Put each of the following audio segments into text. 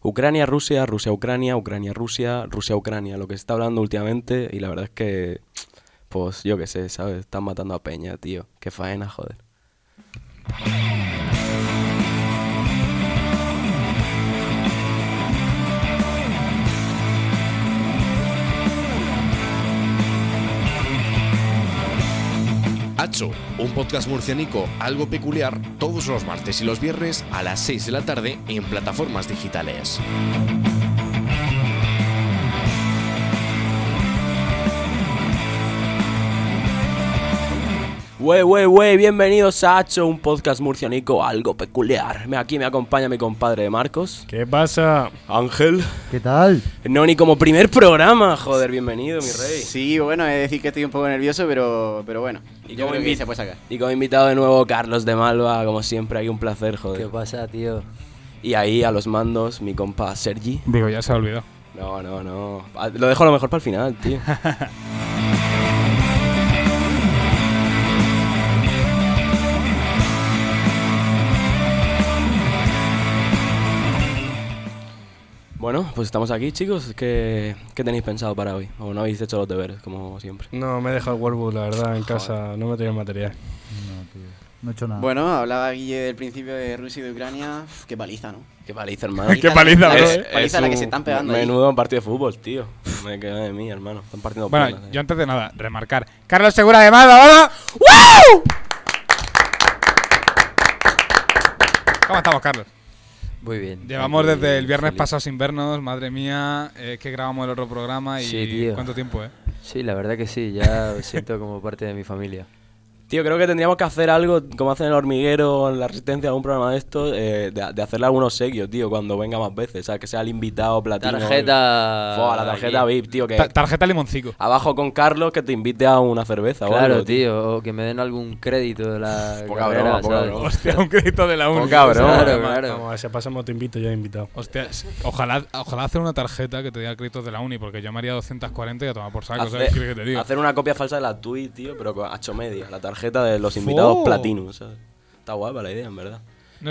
Ucrania-Rusia, Rusia-Ucrania, Ucrania-Rusia, Rusia-Ucrania, lo que se está hablando últimamente y la verdad es que, pues yo qué sé, ¿sabes? Están matando a Peña, tío. Qué faena, joder. Hacho, un podcast murcianico algo peculiar todos los martes y los viernes a las 6 de la tarde en plataformas digitales. Wey, wey, wey, bienvenidos a Hacho, un podcast murcianico algo peculiar. Me- Aquí me acompaña mi compadre Marcos. ¿Qué pasa? Ángel. ¿Qué tal? No, ni como primer programa, joder, bienvenido, mi rey. Sí, bueno, he de decir que estoy un poco nervioso, pero, pero bueno. ¿Y yo cómo creo que invi- se puede sacar. Y como invitado de nuevo Carlos de Malva, como siempre, aquí un placer, ¿Qué joder. pasa, tío? Y ahí a los mandos, mi compa Sergi. Digo, ya se ha olvidado. No, no, no. Ah, Lo dejo a lo mejor para el final, tío. Bueno, pues estamos aquí, chicos. ¿Qué, qué tenéis pensado para hoy? ¿O no habéis hecho los deberes, como siempre? No, me he dejado el Warbook, la verdad, en casa. No me tenía material. No he hecho nada. Bueno, hablaba Guille del principio de Rusia y de Ucrania. Uf, qué paliza, ¿no? Ah, Qué paliza, hermano. Qué paliza, la, bro, la- eh. paliza la que Es se un están pegando. ahí. Menudo partido de fútbol, tío. Me quedo de mí, hermano. Están partiendo Bueno, pelotas, eh. yo antes de nada, remarcar. Carlos Segura de Malva, ¡hola! ¡Woo! ¿Cómo estamos, Carlos? Muy bien. Llevamos Aquí, desde el viernes feliz. pasado sin vernos, madre mía, eh, que grabamos el otro programa y Sí, tío. cuánto tiempo, ¿eh? Sí, la verdad que sí, ya me siento como parte de mi familia. Tío, creo que tendríamos que hacer algo, como hacen en el hormiguero o en la resistencia, algún programa de estos, eh, de, de hacerle algún obsequio, tío, cuando venga más veces. O sea, que sea el invitado platino. Tarjeta. Fua, la tarjeta VIP, tío, que Ta- tarjeta limoncico. abajo con Carlos que te invite a una cerveza o Claro, algo. tío, o que me den algún crédito de la. Poca carrera, broma, poca ¿sabes? broma. Hostia, un crédito de la uni. Oh, cabrón. Claro, claro. Vamos, si pasamos te invito, ya he invitado. Hostia, ojalá, ojalá hacer una tarjeta que te diga créditos de la uni, porque yo me haría 240 y a tomar por saco, Hacer, ¿sabes qué quieres que te diga? hacer una copia falsa de la tweet, tío, pero con hecho media. La tarjeta de los invitados Fo. platino, ¿sabes? Está guapa la idea, en verdad. No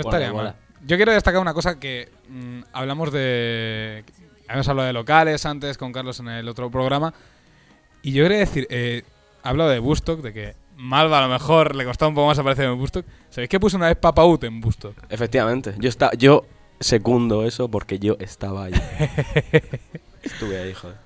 Bueno, estaría mola. mal. Yo quiero destacar una cosa que mm, hablamos de. Habíamos hablado de locales antes con Carlos en el otro programa. Y yo quería decir, eh, he hablado de Bustock, de que Malva a lo mejor le costaba un poco más aparecer en Bustock. ¿Sabéis que puse una vez Papa Ut en Bustock? Efectivamente. Yo, está, yo secundo eso porque yo estaba ahí. Estuve ahí, joder.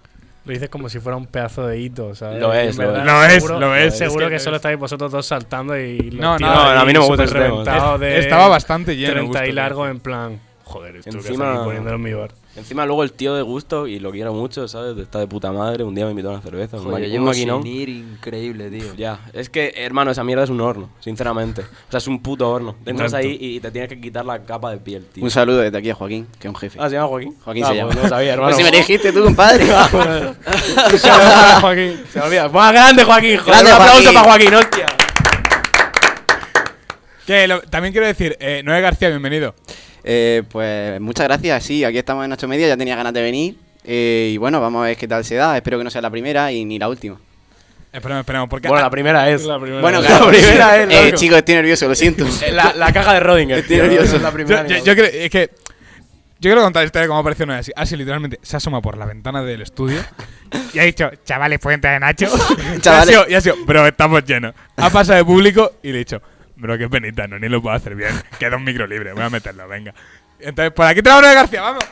Lo dices como si fuera un pedazo de hito, ¿sabes? Lo es, En verdad, lo es. Lo es, seguro- lo es. Seguro Es que que, lo solo es. estáis vosotros dos saltando y... los No, tíos no, este ahí a mí no me gusta súper ese tema. reventados de Estaba bastante lleno. 30 y Woodstock. largo en plan... Joder, esto que Encima- estoy poniéndolo en mi bar. Encima luego el tío de gusto, y lo quiero mucho, ¿sabes? Está de puta madre, un día me invitó a una cerveza, un maqui- Joder, yo un, llevo maquinón. sin ir increíble, tío. Ya, es que, hermano, esa mierda es un horno, sinceramente. O sea, es un puto horno. Entras Exacto. ahí y te tienes que quitar la capa de piel, tío. Un saludo desde aquí a Joaquín, que es un jefe. Ah, ¿se llama Joaquín? Joaquín Ah, se pues llama. No lo sabía, hermano. Ah, pues, Pues si me dijiste tú, compadre. Joaquín. Se me olvida. ¡Buah, grande Joaquín! Joder, Grande, un aplauso Joaquín. para Joaquín, hostia. Que lo- también quiero decir, eh, Noé García, bienvenido. Eh, pues muchas gracias, sí, aquí estamos en 8 media, ya tenía ganas de venir. Eh, y bueno, vamos a ver qué tal se da. Espero que no sea la primera y ni la última. Esperemos, esperemos, porque Bueno, la primera es. La, Bueno, la claro. primera es, Eh, loco. chicos, estoy nervioso, lo siento. eh, la caja de Rodinger. tío, nervioso. es la Yo, primera. yo- yo creo- es que yo quiero contar la historia de cómo apareció Noé así. Así literalmente se asoma por la ventana del estudio y ha dicho, chavales, pueden traer a Nacho. y, ha Chavales. sido, y ha sido, bro, estamos llenos. Ha pasado de público y le he dicho, bro, qué penita, no ni lo puedo hacer bien. Queda un micro libre, voy a meterlo, venga. Entonces, por aquí trae Noé García, vamos.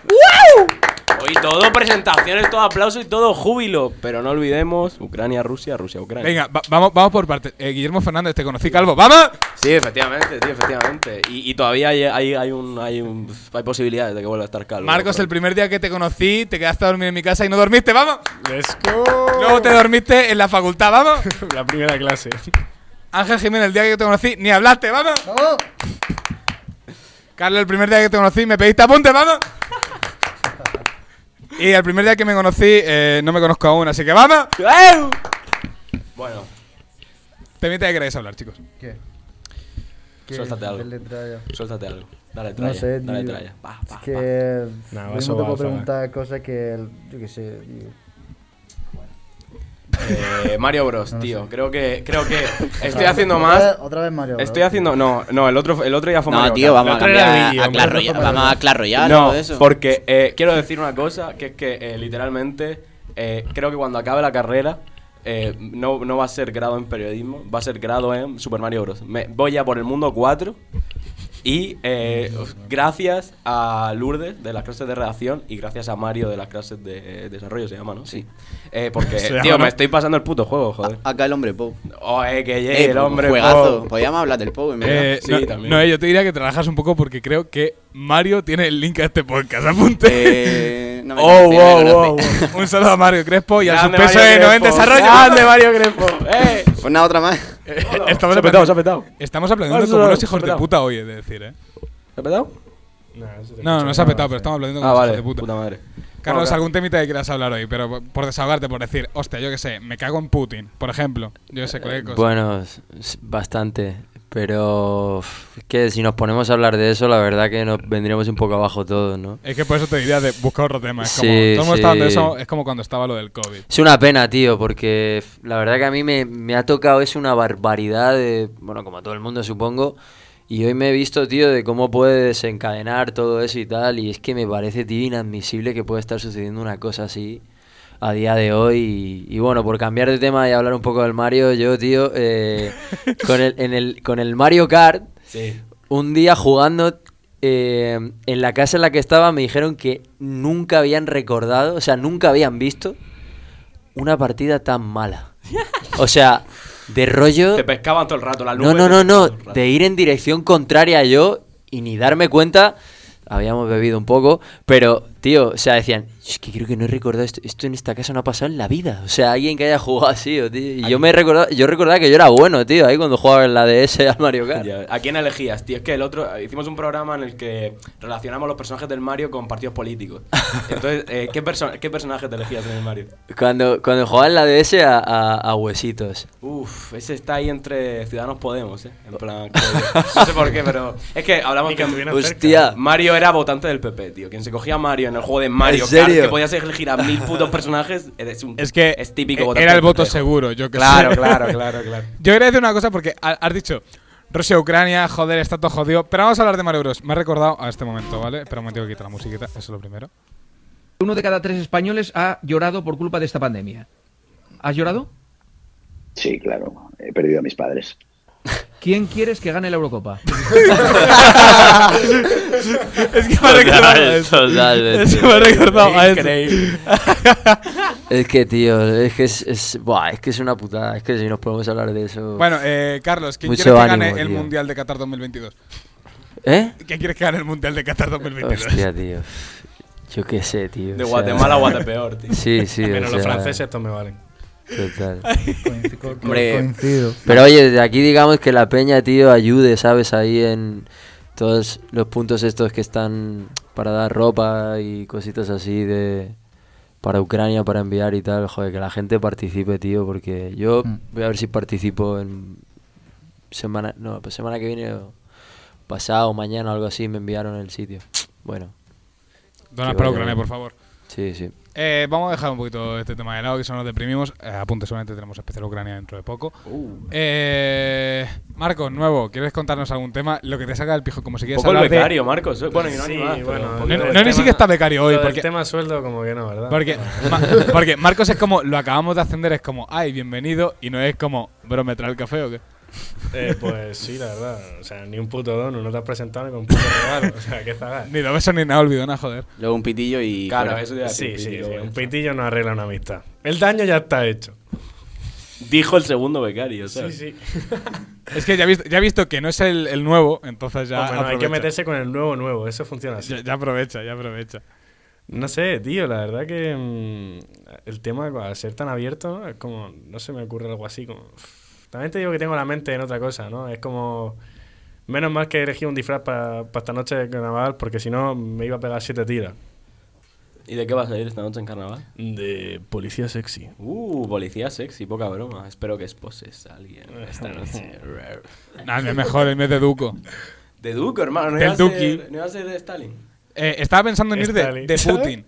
Hoy todo presentaciones, todo aplauso y todo júbilo. Pero no olvidemos Ucrania, Rusia, Rusia, Ucrania. Venga, va- vamos, vamos por partes. Eh, Guillermo Fernández, te conocí calvo, ¡vamos! Sí, efectivamente, sí, efectivamente. Y, y todavía hay, hay, hay, un, hay, un, hay posibilidades de que vuelva a estar calvo. Marcos, el Pero- primer día que te conocí, te quedaste a dormir en mi casa y no dormiste, ¡vamos! Let's go. Luego te dormiste en la facultad, ¡vamos! La primera clase. Ángel Jiménez, el día que te conocí, ni hablaste, ¡vamos! Carlos, el primer día que te conocí, me pediste apunte, ¡vamos! y el primer día que me conocí, eh, no me conozco aún, así que ¡vamos! ¡Au! Bueno, Te de que queréis hablar, chicos. ¿Qué? Suéltate algo. suéltate algo. Dale, traya. No sé, dale, tío. tralla. Pa, Es pa, que pa. eh, Ah, Nah, yo eso no te va, puedo Fran. preguntar cosas que el- yo qué sé, digo. Eh, Mario Bros, No lo tío. sé. Creo que, creo que estoy haciendo más. Otra vez Mario. Bros. Estoy haciendo. No, no, el otro, el otro ya fue No, Mario tío, Kart. vamos a La otra era cambiar Luigi, a hombre, Clash la Royale. otra era Vamos a Luigi. Clash Royale, No, todo eso. porque eh, quiero decir una cosa, que es que eh, literalmente eh, creo que cuando acabe la carrera eh, no, no va a ser grado en periodismo, va a ser grado en Super Mario Bros. Me, voy a por el mundo 4 y eh, gracias a Lourdes de las clases de redacción y gracias a Mario de las clases de eh, desarrollo, se llama, ¿no? Sí. porque, Se llama, tío, ¿no? me estoy pasando el puto juego, joder. Acá el hombre Pou. Oh, eh, que llegue Ah, Eh, el hombre. oh. Juegazo. pues, po. Podríamos hablar del Pou, en verdad. Eh, Sí, no, también. no, eh, yo te diría que trabajas un poco porque creo que Mario tiene el link a este podcast. Apunte. Eh, no me Oh, conoce, no me wow, conoce. wow, Un saludo a Mario Crespo y a su Grande peso Mario de Crespo. 90 desarrollo. Grande Mario Crespo. Eh. Pues nada, otra más. Estamos Se ha petado, se ha petado. Estamos aplaudiendo Vamos, como vamos, unos hijos se ha de petado. puta hoy, es decir, ¿eh? ¿Se ha petado? No, no se ha petado, pero estamos aplaudiendo como Ah, unos vale, hijos de puta. puta. madre. Carlos, Bueno, algún temita que quieras hablar hoy, pero por- por desahogarte, por decir, hostia, yo qué sé, me cago en Putin, por ejemplo. Yo qué sé, cualquier cosa. Bueno, s- s- bastante. Pero uf, es que si nos ponemos a hablar de eso, la verdad que nos vendríamos un poco abajo todos, ¿no? Es que por eso te diría de buscar otro tema. Es como, Sí, todo el mundo está hablando de sí. eso, es como cuando estaba lo del COVID. Es una pena, tío, porque f- la verdad que a mí me, me ha tocado es una barbaridad de, bueno, como a todo el mundo supongo, y hoy me he visto, tío, de cómo puede desencadenar todo eso y tal, y es que me parece, tío, inadmisible que pueda estar sucediendo una cosa así a día de hoy. Y, y bueno, por cambiar de tema y hablar un poco del Mario, yo, tío, eh, con, el, en el, con el Mario Kart, Sí. un día jugando eh, en la casa en la que estaba me dijeron que nunca habían recordado, o sea, nunca habían visto una partida tan mala. O sea, de rollo... Te pescaban todo el rato la luz. No, no, no, no, de ir en dirección contraria a yo y ni darme cuenta, habíamos bebido un poco, pero, tío, o sea, decían, es que creo que no he recordado esto, esto en esta casa no ha pasado en la vida. O sea, alguien que haya jugado así, o tío, y yo me recordaba, yo recordaba que yo era bueno, tío, ahí cuando jugaba en la DS al Mario Kart. Ya, ¿A quién elegías, tío? Es que el otro. Hicimos un programa en el que relacionamos los personajes del Mario con partidos políticos. Entonces, eh, ¿qué, perso- ¿qué personaje te elegías en el Mario? Cuando, cuando jugaba en la DS a, a- a huesitos. Uf, ese está ahí entre Ciudadanos Podemos, ¿eh? En plan. creo yo. No sé por qué, pero. Es que hablamos Ni que que. estuviera Hostia. Mario era votante del PP, tío. Quien se cogía a Mario en el juego de Mario Kart, ¿En serio? que podías elegir a mil putos personajes, es, un, Es que es típico e- votante era el del voto PP. seguro, yo que Claro, sé. claro, claro, claro. Yo quería decir una cosa porque ha- has dicho Rusia, Ucrania, joder, está todo jodido. Pero vamos a hablar de Mario Bros. Me ha recordado a este momento, ¿vale? Espera un momento que quita la musiquita, eso es lo primero. Uno de cada tres españoles ha llorado por culpa de esta pandemia. ¿Has llorado? Sí, claro, he perdido a mis padres. ¿Quién quieres que gane la Eurocopa? Es que me ha recordado a esto. Totalmente. Es que me ha recordado a esto. Increíble. Es que, tío, es que es, es, buah, es que es una putada. Es que si nos podemos hablar de eso. Bueno, eh, Carlos, ¿quién Mucho quieres que ánimo, gane el tío. Mundial de Qatar 2022? ¿Eh? ¿Quién quieres que gane el Mundial de Qatar 2022? Hostia, tío. Yo qué sé, tío. De o sea, Guatemala a Guatepeor, tío. Sí, sí. o Menos los sea, franceses, estos me valen. Total. Coinci- co- co- Hombre. Coincido. Pero oye, de aquí digamos que la peña, tío, ayude, ¿sabes? Ahí en todos los puntos estos que están para dar ropa y cositas así de para Ucrania, para enviar y tal. Joder, que la gente participe, tío, porque yo Mm. voy a ver si participo en semana, no, pues semana que viene o pasado, mañana, algo así, me enviaron el sitio. Bueno, Dona Que para vaya Ucrania, bien. por favor. sí, sí. Eh, vamos a dejar un poquito este tema de lado, que si no nos deprimimos. Eh, apunte, solamente tenemos especial Ucrania dentro de poco. Eh, Marcos, nuevo, ¿quieres contarnos algún tema? Lo que te saca del pijo, como Un si quieres poco el hablar de- becario, Marcos. Bueno, y no Sí, ni más, pero bueno, un no, poquito No, de- no, ni siquiera está El becario hoy, porque, tema sueldo, como que no, ¿verdad? porque, Ma- porque Marcos es como, lo acabamos de ascender, es como, ay, bienvenido, y no es como, bro, ¿me trae el café o qué? Eh, pues sí, la verdad. O sea, ni un puto dono, no te has presentado ni con un puto regalo. O sea, qué zagal. Ni dos besos ni nada, olvidó nada, joder. Luego un pitillo y. Claro, fuera. eso ya Sí, sí, sí. Un pitillo no arregla una amistad. El daño ya está hecho. Dijo el segundo becario, Sí, ¿sabes? sí. Es que ya he visto, ya he visto que no es el, el nuevo, entonces ya. Hombre, no, hay aprovecha. que meterse con el nuevo nuevo. Eso funciona así. Ya, ya aprovecha, ya aprovecha. No sé, tío, la verdad que mm, el tema al ser tan abierto, ¿no? es como, no se me ocurre algo así. Como, también te digo que tengo la mente en otra cosa, ¿no? Es como, menos mal que elegí un disfraz para esta noche de carnaval, porque si no me iba a pegar siete tiras. ¿Y de qué vas a ir esta noche en carnaval? De policía sexy. Uh, policía sexy, poca broma. Espero que esposes a alguien esta noche. Rar. Nada, me- mejor en vez de Duco. de Duco, hermano. No Del iba a ser- Duki. No iba a ser de Stalin. Eh, estaba pensando en ir de, Stalin. de Putin.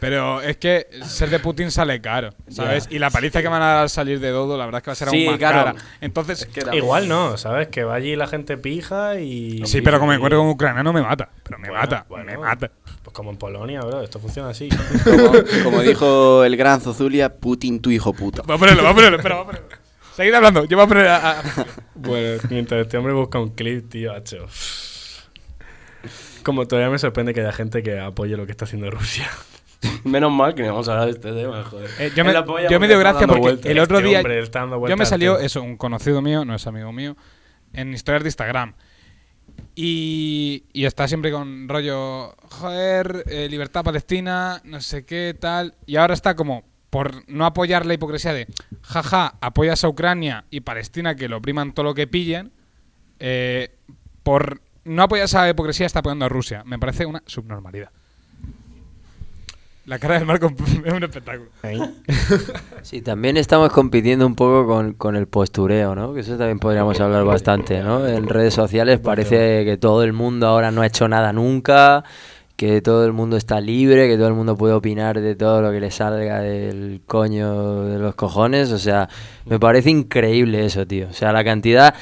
Pero es que ser de Putin sale caro, ¿sabes? Y la paliza que van a dar al salir de Dodo, la verdad es que va a ser aún Sí, más claro. cara. Entonces, Es que la- Igual no, ¿sabes? Que va allí la gente pija y. sí, pero como me y- encuentro con un ucraniano me mata. Pero me Bueno, mata, bueno. me mata. Pues como en Polonia, bro, esto funciona así. Como dijo el gran Zozulia, Putin tu hijo puta. Voy a ponerlo, voy a ponerlo, espera, voy a ponerlo. Seguid hablando, yo voy a poner a- a- bueno, mientras este hombre busca un clip, tío, hacho. Como todavía me sorprende que haya gente que apoye lo que está haciendo Rusia. Menos mal que no vamos a hablar de este tema, joder. Eh, yo Es me, la polla yo porque me dio está gracia dando porque vueltas. el otro Este día hombre, él está dando yo me vueltas, salió tío. eso, un conocido mío, no es amigo mío, en historias de Instagram. Y, y está siempre con rollo, joder, eh, libertad palestina, no sé qué, tal. Y ahora está como por no apoyar la hipocresía de, jaja, apoyas a Ucrania y Palestina que lo opriman todo lo que pillen. eh, por no apoyar esa hipocresía está apoyando a Rusia. Me parece una subnormalidad. La cara del Marco es un espectáculo. Sí, también estamos compitiendo un poco con, con el postureo, ¿no? Que eso también podríamos hablar bastante, ¿no? En redes sociales parece que todo el mundo ahora no ha hecho nada nunca, que todo el mundo está libre, que todo el mundo puede opinar de todo lo que le salga del coño de los cojones. O sea, me parece increíble eso, tío. O sea, la cantidad...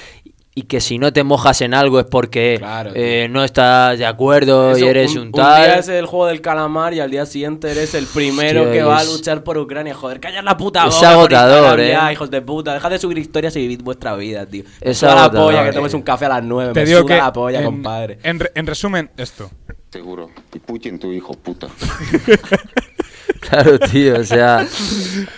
Y que si no te mojas en algo es porque Claro, eh, no estás de acuerdo Eso, y eres un, tal. Un día es el juego del calamar y al día siguiente eres el primero Hostia, que va a es- luchar por Ucrania. Joder, calla la puta Es boca por agotador, Instagram eh. ya, hijos de puta. Dejad de subir historias y vivid vuestra vida, tío. Es Suda la agotador, polla que eh. tomes un café a las 9. Te me digo suda que la polla, en, compadre. En, re- en resumen, esto. Seguro. Y Putin, tu hijo puta. Claro, tío, o sea,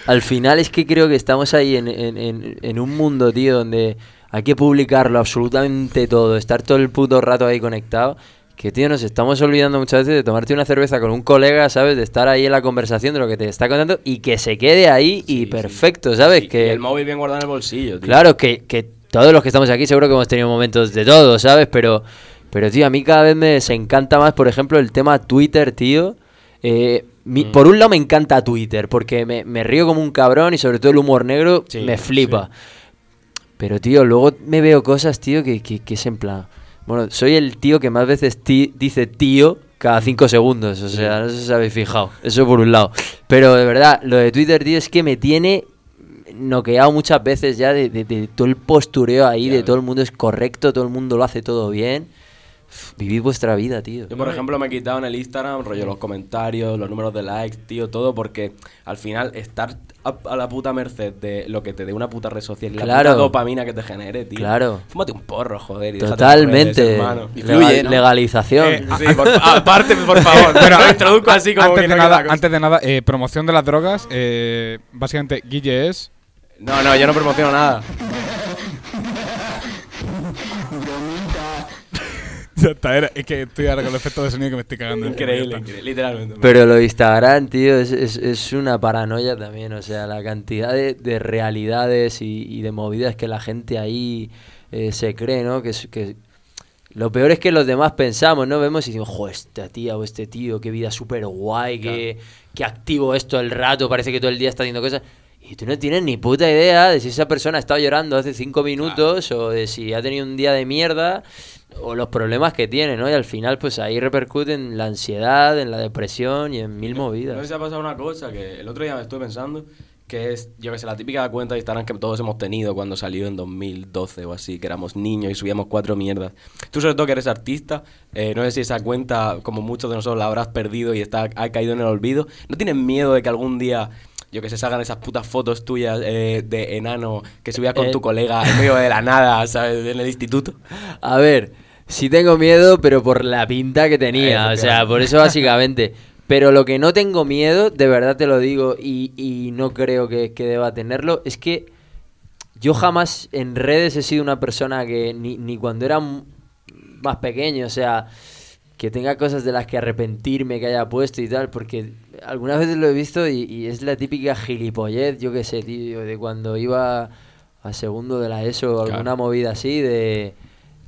al final es que creo que estamos ahí en, en- en- en un mundo, tío, donde hay que publicarlo absolutamente todo, estar todo el puto rato ahí conectado, que, tío, nos estamos olvidando muchas veces de tomarte una cerveza con un colega, ¿sabes? De estar ahí en la conversación de lo que te está contando y que se quede ahí y perfecto, ¿sabes? Y- y que el móvil bien guardado en el bolsillo, tío. Claro, que, que todos los que estamos aquí seguro que hemos tenido momentos de todo, ¿sabes? Pero, pero tío, a mí cada vez me desencanta más, por ejemplo, el tema Twitter, tío. Eh, mi- Mm. Por un lado me encanta Twitter, porque me, me río como un cabrón y sobre todo el humor negro Sí, me flipa. Pero, tío, luego me veo cosas, tío, que, que, que es en plan... Bueno, soy el tío que más veces ti- dice tío cada cinco segundos. O sea, no sé si os habéis fijado. Eso por un lado. Pero de verdad, lo de Twitter, tío, es que me tiene noqueado muchas veces ya de, de- de todo el postureo ahí, de todo el mundo es correcto, todo el mundo lo hace todo bien. Uf, Vivid vuestra vida, tío. Yo, por ejemplo, me he quitado en el Instagram, rollo, los comentarios, los números de likes, tío, todo, porque al final estar a, a la puta merced de lo que te dé una puta red social, la Claro. puta dopamina que te genere, tío. Claro. Fúmate un porro, joder. y déjate de redes, Totalmente. hermano. Y Legal- fluye, ¿no? Legalización. Eh, Sí, por- aparte, por favor. Pero Pero lo introduzco así como antes, que de no queda nada, cosa. antes de nada, eh, promoción de las drogas. eh, básicamente, Guille es. No, no, yo no promociono nada. Ya está, era- es que estoy ahora con el efecto de sonido que me estoy cagando. Increíble, increíble, literalmente. Pero lo de Instagram, tío, es, es- es una paranoia también. O sea, la cantidad de, de realidades y, y de movidas que la gente ahí eh, se cree, ¿no? Que, es- que lo peor es que los demás pensamos, ¿no? Vemos y decimos, jo, esta tía o este tío, qué vida súper guay, qué, qué activo esto el rato, parece que todo el día está haciendo cosas. Y tú no tienes ni puta idea de si esa persona ha estado llorando hace cinco minutos o de si ha tenido un día de mierda o los problemas que tiene, ¿no? Y al final, pues ahí repercute en la ansiedad, en la depresión y en mil No sé movidas. si ha pasado una cosa que el otro día me estuve pensando, que es, yo que sé, la típica cuenta de Instagram que todos hemos tenido cuando salió en 2012 o así, que éramos niños y subíamos cuatro mierdas. Tú sobre todo que eres artista, eh, no sé si esa cuenta, como muchos de nosotros, la habrás perdido y está, ha caído en el olvido. ¿No tienes miedo de que algún día... Yo que sé, salgan esas putas fotos tuyas eh, de enano que subías con Eh. tu colega en medio de la nada, ¿sabes? En el instituto. A ver, sí tengo miedo, pero por la pinta que tenía, o sea, por eso básicamente. Pero lo que no tengo miedo, de verdad te lo digo, y, y no creo que, que deba tenerlo, es que yo jamás en redes he sido una persona que, ni, ni cuando era m- más pequeño, o sea, que tenga cosas de las que arrepentirme que haya puesto y tal, porque algunas veces lo he visto y, y es la típica gilipollez, yo qué sé, tío, de cuando iba a segundo de la ESO o alguna movida así de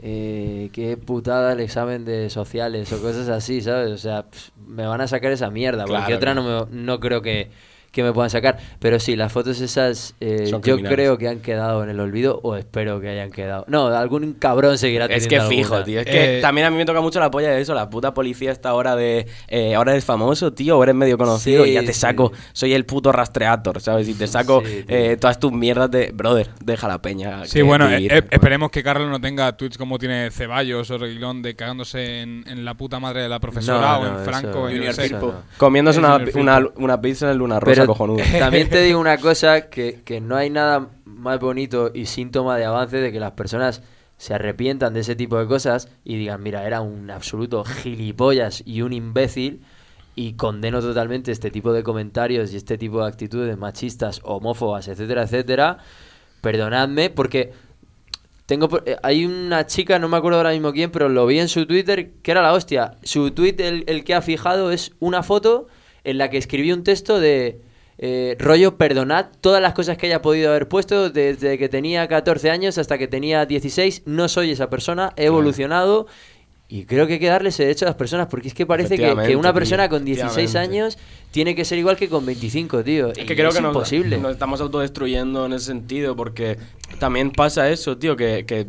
eh, qué putada el examen de sociales o cosas así, ¿sabes? O sea, pf, me van a sacar esa mierda, porque otra no, me- no creo que, que me puedan sacar. Pero sí, las fotos esas eh, Son yo criminales. creo que han quedado en el olvido o espero que hayan quedado. No, algún cabrón seguirá Es que teniendo fijo, alguna. tío. Es que Eh, también a mí me toca mucho la polla de eso. La puta policía está ahora de. eh, ahora eres famoso, tío, o eres medio conocido. Sí, y ya te sí. saco. Soy el puto rastreator, ¿sabes? Y te saco Sí, tío. eh, todas tus mierdas de. Brother, deja la peña. Sí, que bueno, vivir". eh, eh, esperemos que Carlos no tenga tweets como tiene Ceballos o Reguilón de cagándose en, en la puta madre de la profesora No, o no, en eso- Franco. en Junior Firpo. Comiéndose Es una, en el una, filtro. una pizza en el Luna Rosa, cojonudo. También te digo una cosa, que, que no hay nada más bonito y síntoma de avance de que las personas se arrepientan de ese tipo de cosas y digan, mira, era un absoluto gilipollas y un imbécil y condeno totalmente este tipo de comentarios y este tipo de actitudes machistas, homófobas, etcétera, etcétera. Perdonadme porque tengo por- eh, hay una chica, no me acuerdo ahora mismo quién, pero lo vi en su Twitter, que era la hostia. Su tweet, el, el que ha fijado, es una foto en la que escribí un texto de eh, rollo perdonad todas las cosas que haya podido haber puesto desde que tenía 14 años hasta que tenía 16. No soy esa persona, he evolucionado. Y creo que hay que darle ese derecho a las personas, porque es que parece que- que, Efectivamente, una tío, persona con 16 efectivamente. años tiene que ser igual que con 25, tío. Es Y que creo es que nos, imposible. nos estamos autodestruyendo en ese sentido, porque también pasa eso, tío, que, que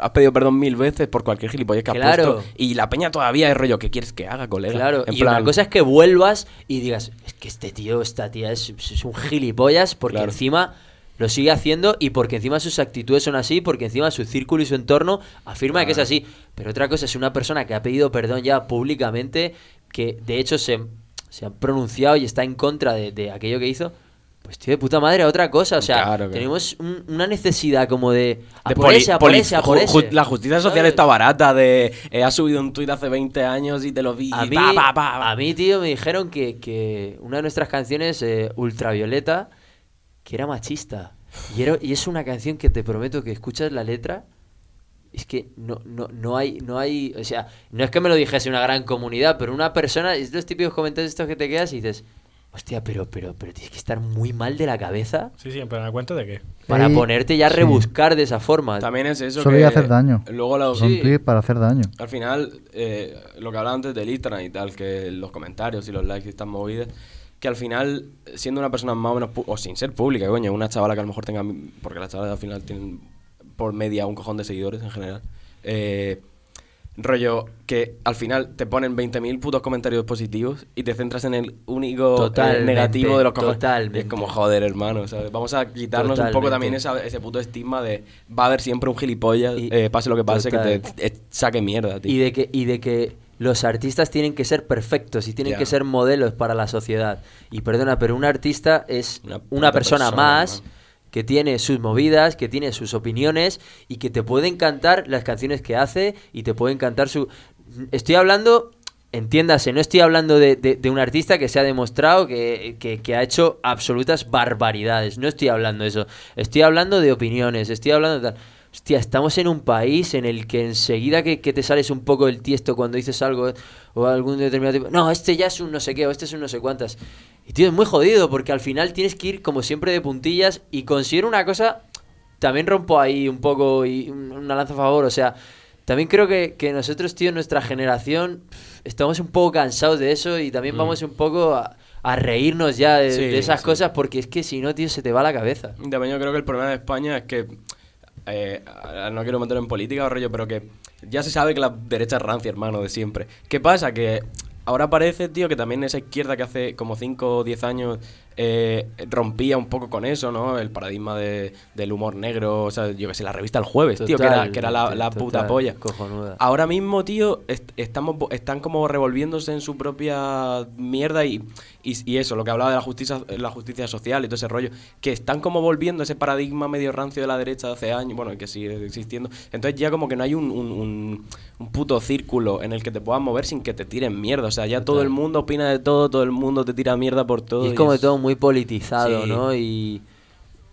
has pedido perdón mil veces por cualquier gilipollas que has Claro. puesto. Y la peña todavía es rollo, ¿qué quieres que haga, colega? Claro, En y plan, una cosa es que vuelvas y digas, es que este tío, esta tía es, es un gilipollas porque Claro. encima lo sigue haciendo y porque encima sus actitudes son así, porque encima su círculo y su entorno afirma que es así. Pero otra cosa es una persona que ha pedido perdón ya públicamente, que de hecho se, se ha pronunciado y está en contra de, de aquello que hizo. Pues tío de puta madre, a otra cosa. O sea, Claro, claro. tenemos un- una necesidad como de... A de Ah, por poli- ese, a por poli- ese, a por ju- ju- ese. la justicia social ¿Sabes? está barata de eh, has subido un tuit hace 20 años y te lo vi. A y mí, pa, pa, pa, pa. a mí, tío, me dijeron que, que una de nuestras canciones, eh, Ultravioleta, que era machista. Y, era- y es una canción que te prometo que escuchas la letra. Es que no, no, no hay, no hay, o sea, no es que me lo dijese una gran comunidad, pero una persona, es los típicos comentarios estos que te quedas y dices, hostia, pero, pero, pero tienes que estar muy mal de la cabeza Sí, sí, pero ¿a cuento de qué? para Ahí, ponerte ya a sí. rebuscar de esa forma. También es eso Solo que iba a hacer daño. Luego la- Son tweets para hacer daño. Al final, eh, lo que hablaba antes del Instagram y tal, que los comentarios y los likes y estas movidas, que al final, siendo una persona más o menos, pu- o sin ser pública, coño, una chavala que a lo mejor tenga, mi- porque las chavalas al final tienen por media un cojón de seguidores en general, eh, rollo que al final te ponen 20.000 putos comentarios positivos y te centras en el único eh, Totalmente, negativo de los cojones. totalmente. Y es como, joder, hermano, ¿sabes? Vamos a quitarnos un poco Totalmente. también esa- ese puto estigma de va a haber siempre un gilipollas, Y- eh, pase lo que pase, que total. te eh, saque mierda, tío. Y de que, y de que los artistas tienen que ser perfectos y tienen Ya. que ser modelos para la sociedad. Y perdona, pero un artista es Una una, puta persona, persona, más man. que tiene sus movidas, que tiene sus opiniones y que te puede encantar las canciones que hace y te puede encantar su... Estoy hablando, entiéndase, no estoy hablando de, de- de un artista que se ha demostrado que, que- que ha hecho absolutas barbaridades, no estoy hablando de eso, estoy hablando de opiniones, estoy hablando de tal... Hostia, estamos en un país en el que enseguida que, que te sales un poco el tiesto cuando dices algo eh, o algún determinado tipo, no, este ya es un no sé qué o este es un no sé cuántas. Y tío, es muy jodido porque al final tienes que ir como siempre de puntillas y considero una cosa, también rompo ahí un poco y un- una lanza a favor, o sea, también creo que, que nosotros, tío, nuestra generación, pff, estamos un poco cansados de eso y también vamos un poco a, a reírnos ya de, Mm. Sí, de esas sí. cosas porque es que si no, tío, se te va la cabeza. Y También yo creo que el problema de España es que. eh, a- no quiero meterlo en política o rollo, pero que ya se sabe que la derecha es rancia, hermano, de siempre. ¿Qué pasa? Que ahora parece, tío, que también esa izquierda que hace como 5 o 10 años eh, rompía un poco con eso, ¿no? El paradigma de- del humor negro, o sea, yo que sé, la revista El Jueves, tío, que era, que era la, la Totalmente, puta total, polla. Cojonuda. Ahora mismo, tío, est- estamos, vo- están como revolviéndose en su propia mierda y, y- y eso, lo que hablaba de la justicia, la justicia social y todo ese rollo, que están como volviendo ese paradigma medio rancio de la derecha de hace años, bueno, que sigue existiendo. Entonces ya como que no hay un, un- un- un puto círculo en el que te puedas mover sin que te tiren mierda. O sea, ya todo el mundo opina de todo, todo el mundo te tira mierda por todo. Y es como es- todo muy politizado, Sí. ¿no? Y,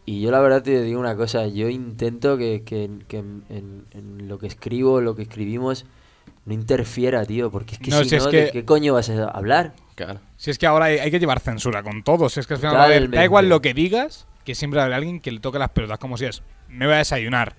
y yo la verdad te digo una cosa, yo intento que, que- que en, en- en lo que escribo, lo que escribimos, no interfiera, tío, porque es que No, si, si es no, que- ¿de qué coño vas a hablar? Claro. Si es que ahora hay, hay que llevar censura con todo. Si es que al final va a haber- da Totalmente. igual lo que digas, que siempre habrá alguien que le toque las pelotas, como si es, me voy a desayunar.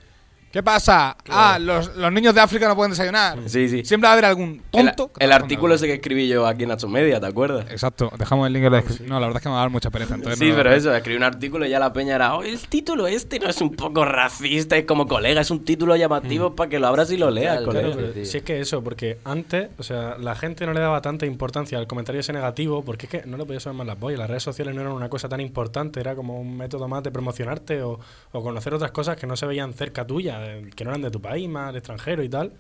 ¿Qué pasa? Ah, los, los niños de África no pueden desayunar. Sí, sí. Siempre va a haber algún El, tonto. que el te va a artículo ese que escribí yo aquí en Nacho Media, ¿te acuerdas? Exacto, dejamos el link en la descripción. No, la verdad es que me va a dar mucha pereza. Entonces Sí, no- eh. pero eso, escribí un artículo y ya la peña era, "Oh, el título este no es un poco racista, es como colega, es un título llamativo Mm. para que lo abras y lo leas, Claro, colega. Claro, pero tío. si es que eso, porque antes, o sea, la gente no le daba tanta importancia al comentario ese negativo, porque es que no le podías sonar más las boyas. Las redes sociales no eran una cosa tan importante, era como un método más de promocionarte o, o conocer otras cosas que no se veían cerca tuya, eh, que no eran de tu país, más del extranjero y tal.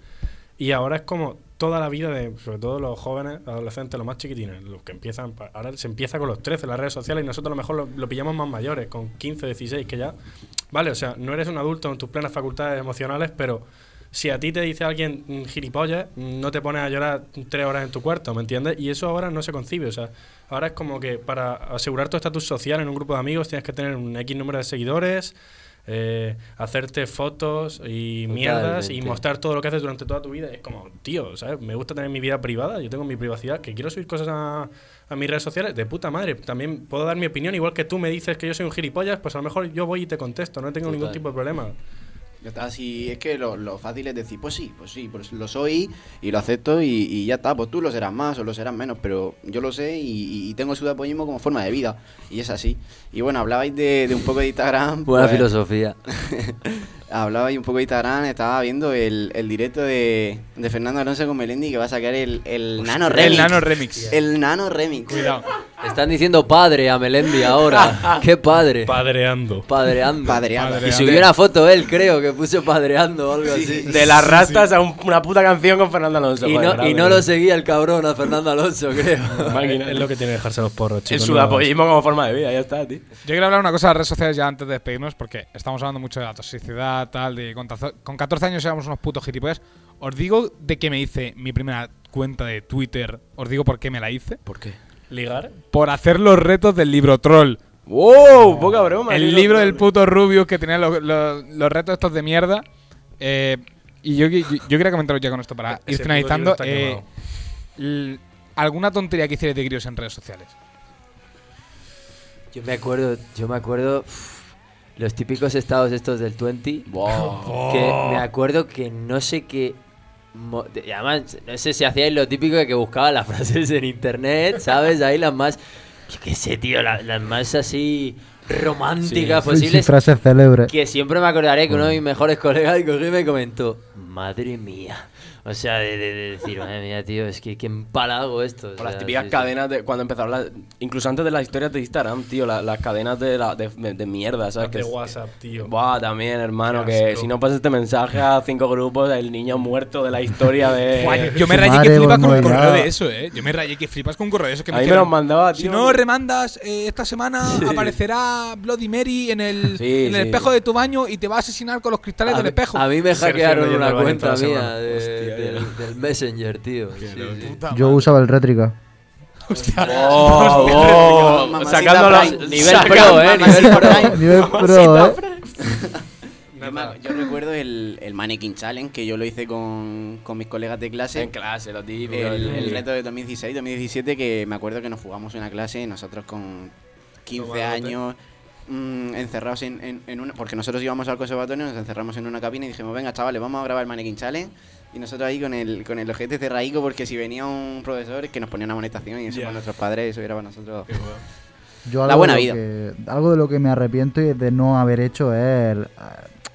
Y ahora es como toda la vida de, sobre todo los jóvenes, adolescentes, los más chiquitines, los que empiezan, pa- ahora se empieza con los 13 en las redes sociales y nosotros a lo mejor lo, lo pillamos más mayores, con 15, 16, que ya, vale, o sea, no eres un adulto en tus plenas facultades emocionales, pero si a ti te dice alguien mm, gilipollas, mm, no te pones a llorar tres horas en tu cuarto, ¿me entiendes? Y eso ahora no se concibe, o sea, ahora es como que para asegurar tu estatus social en un grupo de amigos tienes que tener un X número de seguidores, eh, hacerte fotos y mierdas y Totalmente. mostrar mostrar todo lo que haces durante toda tu vida. Es como, tío, ¿sabes? Me gusta tener mi vida privada, yo tengo mi privacidad, que quiero subir cosas a, a mis redes sociales, de puta madre. También puedo dar mi opinión, igual que tú me dices que yo soy un gilipollas, pues a lo mejor yo voy y te contesto, no tengo ningún Total. tipo de problema. Ya está, si es que lo, lo fácil es decir, pues sí, pues sí, pues lo soy y lo acepto y, y ya está, pues tú lo serás más o lo serás menos, pero yo lo sé y, y tengo el pseudopollismo como forma de vida y es así. Y bueno, hablabais de, de un poco de Instagram. Buena pues, filosofía. hablabais un poco de Instagram, estaba viendo el, el directo de, de Fernando Alonso con Melendi que va a sacar el, el Nano Remix. El nano remix. El Nano Remix. Cuidado. Están diciendo padre a Melendi ahora. ¿Qué padre? Padreando. Padreando. Padreado. Padre. Y subió una foto él, creo, que puso padreando o algo así. De las rastas a un- una puta canción con Fernando Alonso. Y joder, no, y grave. no lo seguía el cabrón a Fernando Alonso, creo. Máquina. Es lo que tiene dejarse los porros, El chicos. no- sudapollismo como forma de vida, ya está, tío. Yo quiero hablar una cosa de las redes sociales ya antes de despedirnos, porque estamos hablando mucho de la toxicidad, tal, de con, tazo- con 14 años éramos unos putos gilipollas. Os digo de qué me hice mi primera cuenta de Twitter, os digo por qué me la hice. ¿Por qué? ¿Ligar? Por hacer los retos del libro troll. Ah, ¡Wow! Poca broma. El libro del puto Rubius que tenía los, los- los retos estos de mierda. Eh, y yo, qui- yo, yo quería comentaros ya con esto para ir Ese puto libro finalizando. está eh, quemado. l- ¿Alguna tontería que hicierais de críos en redes sociales? Yo me acuerdo, yo me acuerdo uf, los típicos estados estos del 20. Que me acuerdo que no sé qué. mo- y Además, no sé si hacíais lo típico de que buscaba las frases en internet, ¿sabes? Ahí las más. Yo qué sé, tío, la- las, más así románticas Pues posibles. frases célebres. Que siempre me acordaré que uno de mis mejores colegas cogió y me comentó: Madre mía. O sea, de, de- de decir, madre mía, tío, es que qué empalago esto. o Por las sea, típicas sí, sí. cadenas de cuando empezaron las. Incluso antes de las historias de Instagram, tío, la- las cadenas de, la, de, de- de mierda, Ah, ¿sabes? De Que- WhatsApp, tío. Buah, también, hermano, Qué que asco. si no pasas este mensaje a cinco grupos, el niño muerto de la historia de. Guay, yo me su rayé Eh, madre, que flipas pues, con un no hay correo nada. de eso, eh. Yo me rayé que flipas con un correo de eso que A mí me dijeron, los mandaba, Si tío. no remandas eh, esta semana aparecerá Bloody Mary en el, Sí, en el sí. espejo de tu baño y te va a asesinar con los cristales A del mí- espejo. A mí me Sergio hackearon leyendo una el baño cuenta toda la mía semana. Hostia, de- del, del Messenger, tío. Sí, sí. Yo usaba el rétrica. Oh, oh, Mamacita sacándolo. Prime. Nivel saca- pro, eh, nivel pro. Nivel pro, ¿eh? Yo, me- yo recuerdo el, el Mannequin Challenge que yo lo hice con, con mis colegas de clase. En clase, lo típico. el, el- el reto de 2016-2017 que me acuerdo que nos jugamos una clase nosotros con 15 Tomándote. años mm, encerrados en, en, en una... Porque nosotros íbamos al conservatorio, nos encerramos en una cabina y dijimos, venga chavales, vamos a grabar el Mannequin Challenge. Y nosotros ahí con el, con el ojete cerraico porque si venía un profesor que nos ponía una amonestación y eso Ya. para nuestros padres, eso era para nosotros... Yo La algo buena de vida. lo que- algo de lo que me arrepiento y de no haber hecho es el,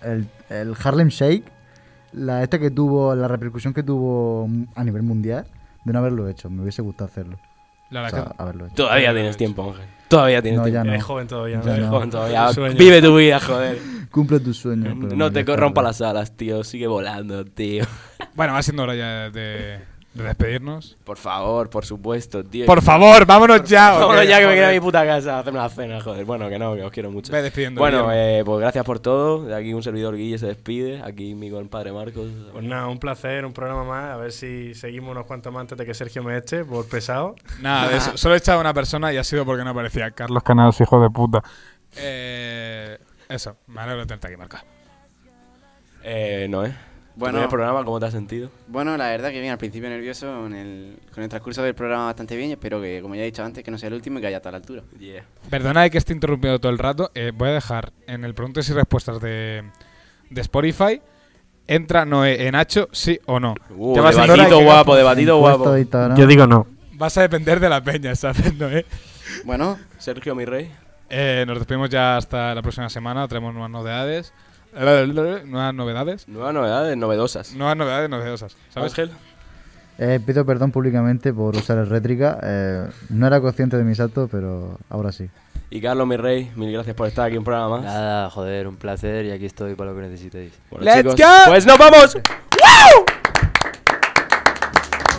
el- el Harlem Shake, la esta que tuvo, la repercusión que tuvo a nivel mundial, de no haberlo hecho. Me hubiese gustado hacerlo. La O verdad sea, que- haberlo hecho. Todavía tienes tiempo, Ángel. Todavía tienes No, tiempo. ya no. Eres joven todavía, ¿no? Ya Eres no. joven Todavía, Sueño. vive tu vida, joder. Cumple tus sueños. pero No te ya está, corrompa ¿verdad? las alas, tío. Sigue volando, tío. Bueno, va siendo hora ya de, de despedirnos. Por favor, por supuesto, tío. Por favor, vámonos ya. ¿o Vámonos qué? ya que me quiero a mi Joder. puta casa a hacer una cena, joder. Bueno, que no, que os quiero mucho. Ve despidiendo, Bueno, Guillermo. eh, pues gracias por todo. De aquí un servidor Guille se despide. Aquí mi compadre Marcos. Pues nada, un placer, un programa más. A ver si seguimos unos cuantos más antes de que Sergio me eche por pesado. Nada, de eso. Solo he echado a una persona y ha sido porque no aparecía. Carlos Canales, hijo de puta. Eh, eso, me alegro de tenerte aquí, Marca. Eh, no, ¿eh? Bueno. Bueno. el programa, ¿cómo te has sentido? Bueno, la verdad que bien, al principio nervioso, con el, con el transcurso del programa bastante bien y espero que, como ya he dicho antes, que no sea el último y que haya estado a la altura. Yeah. Perdonad que esté interrumpido todo el rato. eh, voy a dejar en el preguntas y respuestas de, de Spotify ¿Entra Noé en Nacho, sí o no? Uh, Te vas a debatido enterar que- guapo, debatido guapo. Instagram. Yo digo no. Vas a depender de la peña, ¿sabes, Noé? Bueno, Sergio, mi rey. Eh, nos despedimos ya hasta la próxima semana. Traemos nuevas novedades. Nuevas novedades. Nuevas novedades novedosas. Nuevas novedades novedosas. ¿Sabes, Ángel? Eh, pido perdón públicamente por usar el rétrica. eh, no era consciente de mis actos, pero ahora sí. Y Carlos, mi rey, mil gracias por estar aquí en un programa más. Nada, joder, un placer y aquí estoy para lo que necesitéis. Bueno, chicos, Pues nos vamos.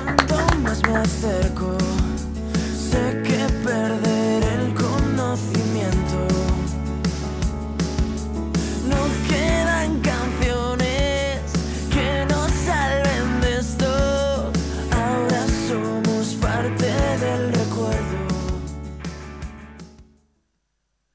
Cuanto más me acerco